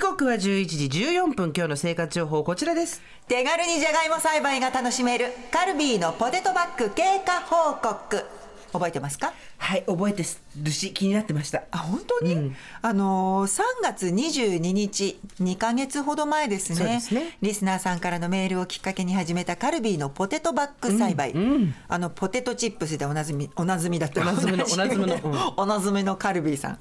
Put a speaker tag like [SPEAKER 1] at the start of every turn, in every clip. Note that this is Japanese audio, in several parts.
[SPEAKER 1] 刻は11時14分今日の生活情報こちらです
[SPEAKER 2] 手軽にじゃがいも栽培が楽しめるカルビーのポテトバッグ経過報告覚えてますか
[SPEAKER 1] はい覚えてるし気になってました
[SPEAKER 2] あ本当に、あのー3月22日2ヶ月ほど前です
[SPEAKER 1] そう
[SPEAKER 2] ね
[SPEAKER 1] ですね
[SPEAKER 2] リスナーさんからのメールをきっかけに始めたカルビーのポテトバッグ栽培、あのポテトチップスでおなじみおなじみだって
[SPEAKER 1] おなじみの
[SPEAKER 2] おなじ
[SPEAKER 1] お
[SPEAKER 2] み
[SPEAKER 1] なじみのうん
[SPEAKER 2] おなじみのカルビーさん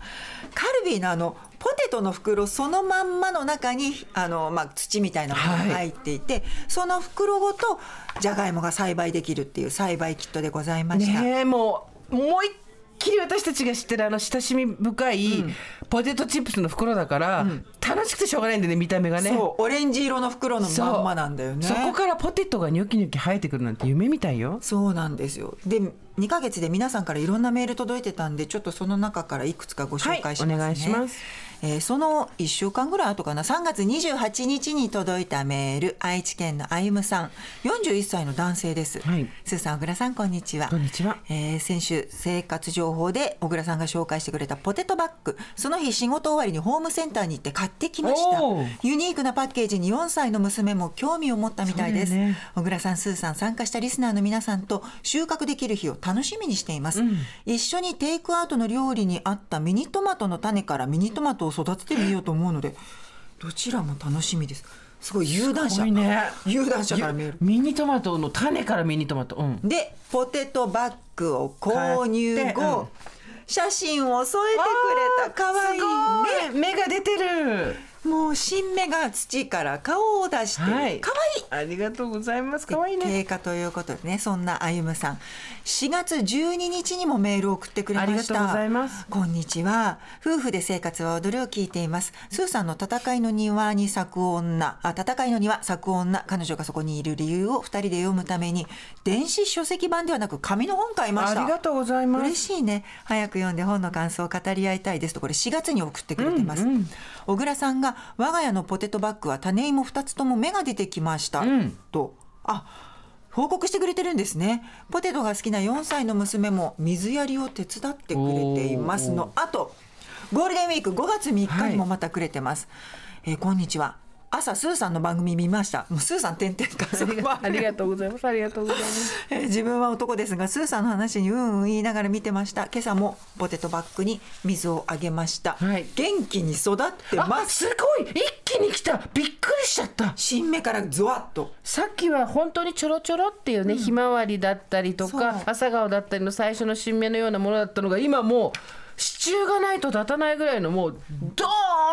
[SPEAKER 2] カルビーのあのポテトの袋そのまんまの中にあの、まあ、土みたいなものが入っていて、その袋ごとじゃがいもが栽培できるっていう栽培キットでございました。
[SPEAKER 1] ねえもう思いっきり私たちが知ってるあの親しみ深いポテトチップスの袋だから、楽しくてしょうがないんだよね見た目がね
[SPEAKER 2] そうオレンジ色の袋のまんまなんだよね
[SPEAKER 1] そうそこからポテトがニョキニョキ生えてくるなんて夢みたいよ
[SPEAKER 2] そうなんですよで2ヶ月で皆さんからいろんなメール届いてたんでちょっとその中からいくつかご紹介しますね、
[SPEAKER 1] はいお願いします
[SPEAKER 2] えーその1週間ぐらい後かな3月28日に届いたメール愛知県のあゆむさん41歳の男性です、
[SPEAKER 1] はい
[SPEAKER 2] スーさん小倉さんこんにちは
[SPEAKER 1] こんにちは
[SPEAKER 2] えー先週生活情報で小倉さんが紹介してくれたポテトバッグその日仕事終わりにホームセンターに行って買ってきました
[SPEAKER 1] おー
[SPEAKER 2] ユニークなパッケージに4歳の娘も興味を持ったみたいです、
[SPEAKER 1] そうだよね
[SPEAKER 2] 小倉さん、スーさん、参加したリスナーの皆さんと収穫できる日を楽しみにしています。一緒にテイクアウトの料理にあったミニトマトの種からミニトマトを育ててみようと思うので、どちらも楽しみです。すごい有段
[SPEAKER 1] す
[SPEAKER 2] 者。
[SPEAKER 1] ごいね
[SPEAKER 2] 有段者から見える。
[SPEAKER 1] ミニトマトの種からミニトマトうん
[SPEAKER 2] で、ポテトバッグを購入
[SPEAKER 1] 買ってうん
[SPEAKER 2] 後、写真を添えてくれた可愛いね。
[SPEAKER 1] ね目が出てる
[SPEAKER 2] もう新芽が土から顔を出してる。可愛い
[SPEAKER 1] ありがとうございます
[SPEAKER 2] で経過ということでねそんなあゆむさん4月12日にもメールを送ってくれました
[SPEAKER 1] ありがとうございます
[SPEAKER 2] こんにちは夫婦で生活は踊るを聞いていますスーさんの戦いの庭に咲く女あ戦いの庭咲く女彼女がそこにいる理由を二人で読むために電子書籍版ではなく紙の本買いま
[SPEAKER 1] あ
[SPEAKER 2] し
[SPEAKER 1] り
[SPEAKER 2] た
[SPEAKER 1] がとうございます
[SPEAKER 2] 嬉しいね早く読んで本の感想を語り合いたいですとこれ4月に送ってくれてます、小倉さんが我が家のポテトバッグは種芋2つとも芽が出てきました、とあ報告してくれてるんですねポテトが好きな4歳の娘も水やりを手伝ってくれていますのあとゴールデンウィーク5月3日にもまたくれてます、えーこんにちは朝スーさんの番組見ましたもうスーさん点々かそこは
[SPEAKER 1] ありがとうございますありがとうございます
[SPEAKER 2] えー自分は男ですがスーさんの話にうんうん言いながら見てました今朝もポテトバッグに水をあげました、
[SPEAKER 1] はい
[SPEAKER 2] 元気に育って
[SPEAKER 1] あ
[SPEAKER 2] ます
[SPEAKER 1] すごい一気に来たびっくりしちゃった
[SPEAKER 2] 新芽からゾワッと
[SPEAKER 3] さっきは本当にちょろちょろっていうね、ひまわりだったりと
[SPEAKER 2] そう
[SPEAKER 3] か朝顔だったりの最初の新芽のようなものだったのが今もう支柱がないと立たないぐらいのもうド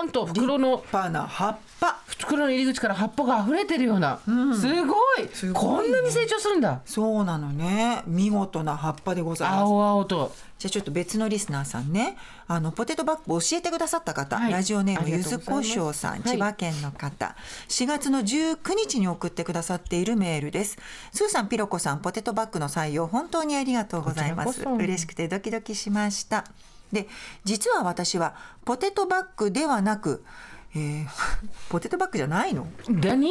[SPEAKER 3] ーンと袋の
[SPEAKER 2] パーな葉っぱ
[SPEAKER 3] 袋の入り口から葉っぱが溢れてるような、すごい
[SPEAKER 2] すごいね
[SPEAKER 3] こんなに成長するんだ
[SPEAKER 2] そうなのね見事な葉っぱでございます
[SPEAKER 3] 青々と
[SPEAKER 2] じゃあちょっと別のリスナーさんねあのポテトバッグを教えてくださった方、
[SPEAKER 3] はい
[SPEAKER 2] ラジオネーム
[SPEAKER 3] あり
[SPEAKER 2] ゆ
[SPEAKER 3] がと
[SPEAKER 2] ず
[SPEAKER 3] うござい
[SPEAKER 2] こ
[SPEAKER 3] ます
[SPEAKER 2] しょうさん、
[SPEAKER 3] はい
[SPEAKER 2] 千葉県の方4月の19日に送ってくださっているメールですスーさんピロコさんポテトバッグの採用本当にありがとうございま
[SPEAKER 3] こ
[SPEAKER 2] す
[SPEAKER 3] ちらこそ
[SPEAKER 2] 嬉しくてドキドキしましたで実は私はポテトバッグではなく、えー ポテトバッグじゃないの
[SPEAKER 3] 何、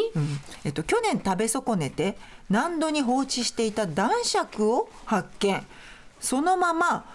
[SPEAKER 2] えっと、去年食べ損ねて何度に放置していた男爵を発見そのまま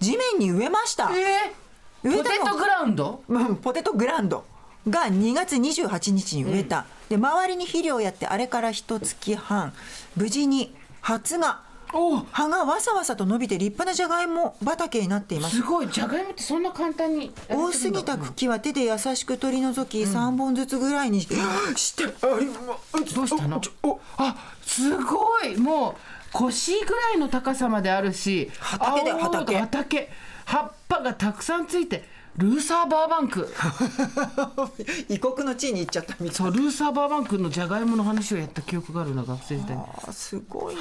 [SPEAKER 2] 地面に植えました、
[SPEAKER 3] えー
[SPEAKER 2] 植え
[SPEAKER 3] ポテ
[SPEAKER 2] たの
[SPEAKER 3] トグラウンド
[SPEAKER 2] うんポテトグランドが2月28日に植えた、で周りに肥料をやってあれから一月半無事に発が
[SPEAKER 3] お
[SPEAKER 2] 葉がわさわさと伸びて立派なじゃがいも畑になっています
[SPEAKER 3] すごいじゃがいもってそんな簡単に
[SPEAKER 2] 多すぎた茎は手で優しく取り除き3本ずつぐらいにして、
[SPEAKER 1] してあ今
[SPEAKER 3] どうしたの
[SPEAKER 1] ちょお
[SPEAKER 3] あすごいもう腰ぐらいの高さまであるし
[SPEAKER 2] 畑だよ
[SPEAKER 3] 青々と
[SPEAKER 2] 畑
[SPEAKER 3] 畑葉っぱがたくさんついてルーサーバーバンク
[SPEAKER 2] 異国の地に行っちゃったみたい
[SPEAKER 3] そうルーサーバーバンクのじゃがいもの話をやった記憶があるな学生時代に
[SPEAKER 2] あーすごいね、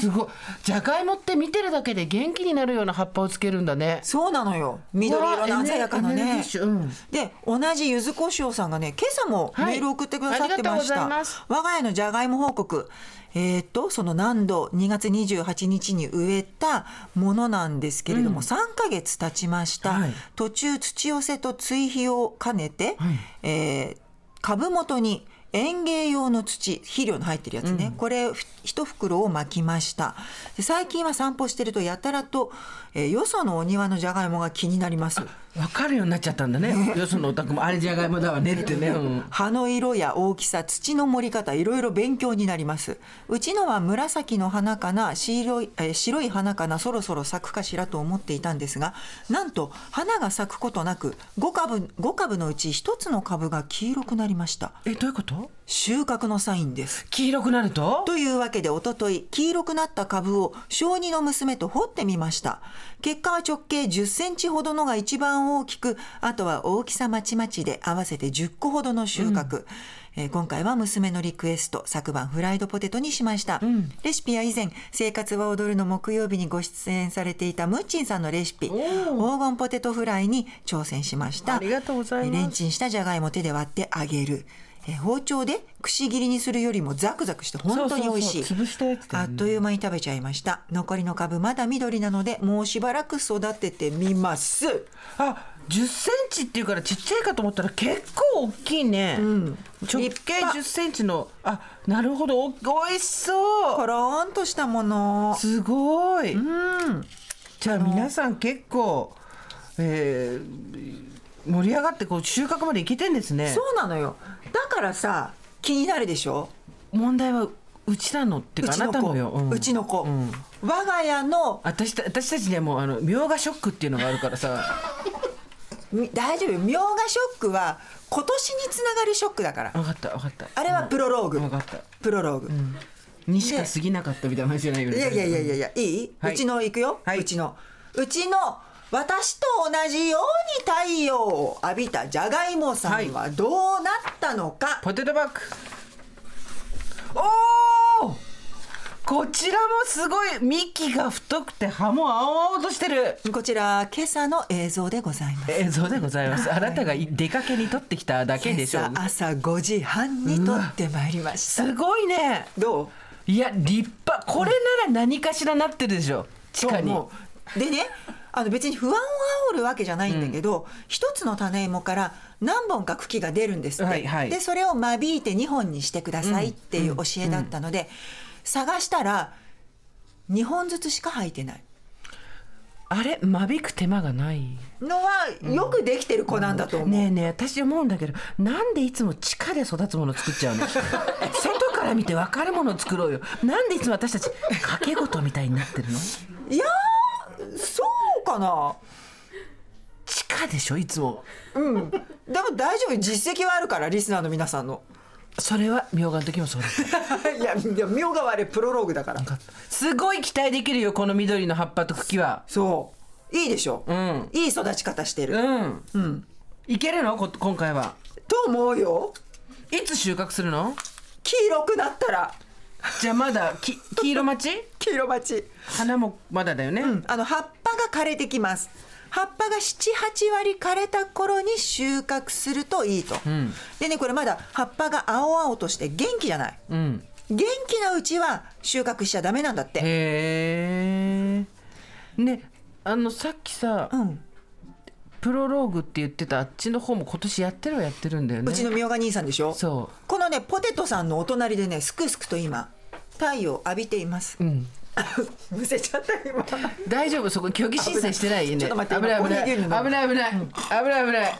[SPEAKER 3] すごいじゃがいもって見てるだけで元気になるような葉っぱをつけるんだね
[SPEAKER 2] そうなのよ緑色の鮮やかな
[SPEAKER 3] うわエネルギ
[SPEAKER 2] ね
[SPEAKER 3] ッシュうん
[SPEAKER 2] で同じゆずこしょうさんがね今朝も
[SPEAKER 3] はい
[SPEAKER 2] メールを送ってくださっ
[SPEAKER 3] あ
[SPEAKER 2] てました、
[SPEAKER 3] りがとうございます
[SPEAKER 2] 我が家のじゃがいも報告えー、とその何度2月28日に植えたものなんですけれども、3ヶ月経ちました、
[SPEAKER 3] はい
[SPEAKER 2] 途中土寄せと追肥を兼ねて、えー株元に園芸用の土肥料の入ってるやつね、これふ一袋を巻きましたで最近は散歩してるとやたらと、えーよそのお庭のじゃがいもが気になります
[SPEAKER 1] 分かるようになっちゃったんだねよそのお宅もあれじゃがいもだわねってね、うん
[SPEAKER 2] 葉の色や大きさ土の盛り方いろいろ勉強になりますうちのは紫の花かな白い,、えー白い花かなそろそろ咲くかしらと思っていたんですがなんと花が咲くことなく5株 ,5 株のうち1つの株が黄色くなりました
[SPEAKER 1] えどういうこと
[SPEAKER 2] 収穫のサインです
[SPEAKER 1] 黄色くなると
[SPEAKER 2] というわけでおととい黄色くなった株を小児の娘と掘ってみました結果は直径10センチほどのが一番大きくあとは大きさまちまちで合わせて10個ほどの収穫、えー今回は娘のリクエスト昨晩フライドポテトにしました、レシピは以前「生活は踊る」の木曜日にご出演されていたムッチンさんのレシピ黄金ポテトフライに挑戦しました
[SPEAKER 1] ありがとうございます
[SPEAKER 2] えーレンチンしたじゃがいも手で割って揚げるえー包丁でくし切りにするよりもザクザクして本当に美味しい
[SPEAKER 1] そうそうそう潰したやつだ
[SPEAKER 2] あ
[SPEAKER 1] よ
[SPEAKER 2] っ
[SPEAKER 1] ね
[SPEAKER 2] という間に食べちゃいました残りの株まだ緑なのでもうしばらく育ててみます
[SPEAKER 1] あ10センチっていうからちっちゃいかと思ったら結構大きいね、直
[SPEAKER 2] 立
[SPEAKER 1] 径
[SPEAKER 2] 派
[SPEAKER 1] 10センチのあなるほどお美味しそ
[SPEAKER 2] コ
[SPEAKER 1] う
[SPEAKER 2] ローンとしたもの
[SPEAKER 1] すごい、じゃあ皆さん結構、えー盛り上がってこう収穫までいけてんですね
[SPEAKER 2] そうなのよだからさ気になるでしょ
[SPEAKER 1] 問題はうちなのっていう
[SPEAKER 2] う
[SPEAKER 1] かあ
[SPEAKER 2] ち
[SPEAKER 1] な
[SPEAKER 2] の
[SPEAKER 1] た
[SPEAKER 2] 子
[SPEAKER 1] のよ、ん
[SPEAKER 2] うちの子、我が家の
[SPEAKER 1] 私た私たちにはもうあの苗がショックっていうのがあるからさ
[SPEAKER 2] み大丈夫よみょうがショックは今年につながるショックだから
[SPEAKER 1] 分かった分かった
[SPEAKER 2] あれはプロローグ
[SPEAKER 1] 分かった
[SPEAKER 2] プロローグ、
[SPEAKER 1] にしか過ぎなかったみたいな話じゃないよね
[SPEAKER 2] いやいやいやいやいやいい、
[SPEAKER 1] はいう
[SPEAKER 2] ちの行くよ、
[SPEAKER 1] はいう
[SPEAKER 2] ちのうちの私と同じように太陽を浴びたじゃがいもさんはどうなったのか、
[SPEAKER 1] ポテトバッグおおこちらもすごい幹が太くて葉も青々としてる
[SPEAKER 2] こちら今朝の映像でございます
[SPEAKER 1] 映像でございますあなたがい出かけに撮ってきただけ
[SPEAKER 2] 今
[SPEAKER 1] でしょう
[SPEAKER 2] 朝朝5時半に撮ってまいりました
[SPEAKER 1] すごいね
[SPEAKER 2] どう
[SPEAKER 1] いや立派これなら何かしらなってるでしょ地下に
[SPEAKER 2] そうもうでねあの別に不安を煽るわけじゃないんだけど一、つの種芋から何本か茎が出るんですって、
[SPEAKER 1] はいはい
[SPEAKER 2] でそれを間引いて2本にしてくださいっていう教えだったので、探したら2本ずつしか生えてない
[SPEAKER 1] あれ間引く手間がない
[SPEAKER 2] のはよくできてる子なんだと思う、
[SPEAKER 1] ねえねえ私思うんだけどなんでいつも地下で育つもの作っち ゃうの外から見て分かるもの作ろうよなんでいつも私たち掛け事みたいになってるの
[SPEAKER 2] いやーそうかな
[SPEAKER 1] 地下でしょいつも
[SPEAKER 2] うんでも大丈夫実績はあるからリスナーの皆さんの
[SPEAKER 1] それはみょうがの時もそうだった
[SPEAKER 2] いやいやみょうが悪いプロローグだから
[SPEAKER 1] すごい期待できるよこの緑の葉っぱと茎は
[SPEAKER 2] そういいでしょ、
[SPEAKER 1] ん
[SPEAKER 2] いい育ち方してる、
[SPEAKER 1] うん、いけるのこ今回は
[SPEAKER 2] と思うよ
[SPEAKER 1] いつ収穫するの
[SPEAKER 2] 黄色くなったら
[SPEAKER 1] じゃあまだき黄色待ち
[SPEAKER 2] 黄色鉢、
[SPEAKER 1] 花もまだだよね、
[SPEAKER 2] うんあの葉っぱが枯れてきます葉っぱが78割枯れた頃に収穫するといいと、でねこれまだ葉っぱが青々として元気じゃない、
[SPEAKER 1] ん
[SPEAKER 2] 元気なうちは収穫しちゃダメなんだって
[SPEAKER 1] へえねあのさっきさ、
[SPEAKER 2] うん、
[SPEAKER 1] プロローグって言ってたあっちの方も今年やってるはやってるんだよね
[SPEAKER 2] うちのみょうが兄さんでしょ
[SPEAKER 1] そ
[SPEAKER 2] このねポテトさんのお隣でねすくすくと今太陽を浴びています
[SPEAKER 1] う、うん、
[SPEAKER 2] むせちゃった 今
[SPEAKER 1] 大丈夫そこ虚偽申請してないね
[SPEAKER 2] ちょっと待って
[SPEAKER 1] 危ない
[SPEAKER 2] 今
[SPEAKER 1] 危ない
[SPEAKER 2] コー
[SPEAKER 1] 危
[SPEAKER 2] ヒー牛乳飲む
[SPEAKER 1] ない危ない危ない危ない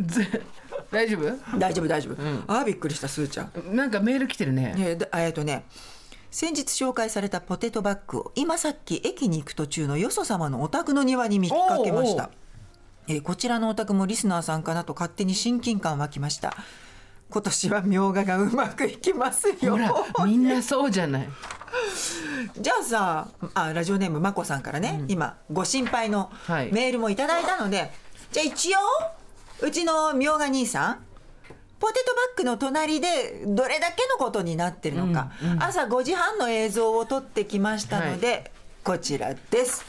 [SPEAKER 1] ず 大丈夫
[SPEAKER 2] 大丈夫大丈夫、ああびっくりしたすーちゃん
[SPEAKER 1] なんかメール来てるね。
[SPEAKER 2] えーだえーとね先日紹介されたポテトバッグを今さっき駅に行く途中のよそ様のお宅の庭に見かけまし
[SPEAKER 1] おう
[SPEAKER 2] たえーこちらのお宅もリスナーさんかなと勝手に親近感湧きました今年はみょうががうまくいきますよ
[SPEAKER 1] ほら、みんなそうじゃない。
[SPEAKER 2] じゃあさあラジオネームまこさんからね、今ご心配の
[SPEAKER 1] はい
[SPEAKER 2] メールもいただいたので、じゃあ一応うちのみょうが兄さんポテトバッグの隣でどれだけのことになってるのか、朝5時半の映像を撮ってきましたので、こちらです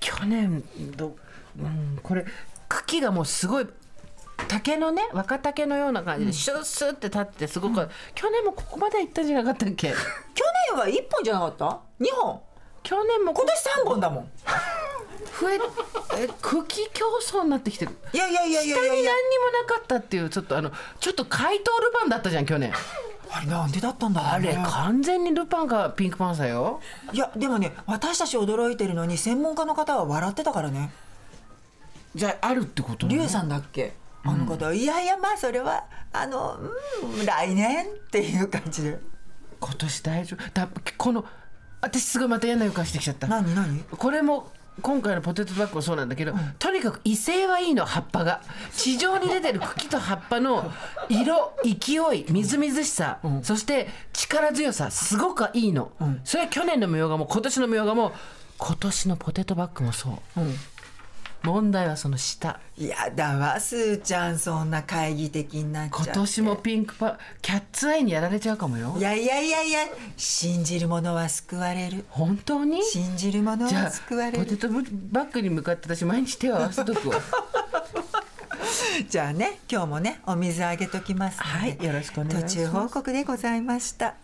[SPEAKER 1] 去年ど、うん、これ茎がもうすごい。竹のね若竹のような感じでシュッスッって立ってすごく、去年もここまで行ったんじゃなかったっ け
[SPEAKER 2] 去年は1本じゃなかった2本
[SPEAKER 1] 去年も
[SPEAKER 2] 今年3本だもん
[SPEAKER 1] 増ええ茎競争になってきてる
[SPEAKER 2] いやいやいやいや
[SPEAKER 1] 下
[SPEAKER 2] いや
[SPEAKER 1] に
[SPEAKER 2] いや
[SPEAKER 1] 何にもなかったっていうちょっとあのちょっと怪盗ルパンだったじゃん去 年
[SPEAKER 2] あれなんでだったんだろ
[SPEAKER 1] あ
[SPEAKER 2] う、ね、
[SPEAKER 1] れ完全にルパンかピンクパンサーよ
[SPEAKER 2] いやでもね私たち驚いてるのに専門家の方は笑ってたからね
[SPEAKER 1] じゃああるってこと
[SPEAKER 2] リュウさんだっけあの方、いやいやまあそれはあのうん来年っていう感じで
[SPEAKER 1] 今年大丈夫だこの私すごいまた嫌な予感してきちゃった
[SPEAKER 2] 何何
[SPEAKER 1] これも今回のポテトバッグもそうなんだけど、とにかく威勢はいいの葉っぱが地上に出てる茎と葉っぱの色勢いみずみずしさ、そして力強さすごくいいの、それは去年のみょうがも今年のみょうがも今年のポテトバッグもそう、問題はその下
[SPEAKER 2] やだわすーちゃんそんな懐疑的になっちゃって
[SPEAKER 1] 今年もピンクパキャッツアイにやられちゃうかもよ
[SPEAKER 2] いやいやいやいや信じる者は救われる
[SPEAKER 1] 本当に
[SPEAKER 2] 信じる者
[SPEAKER 1] じゃ
[SPEAKER 2] は
[SPEAKER 1] あ
[SPEAKER 2] 救われ
[SPEAKER 1] ポテ
[SPEAKER 2] る
[SPEAKER 1] トバッグに向かって私毎日手を合わせとくわ
[SPEAKER 2] じゃあね今日もねお水あげときますので
[SPEAKER 1] はいよろしくお願いします
[SPEAKER 2] 途中報告でございました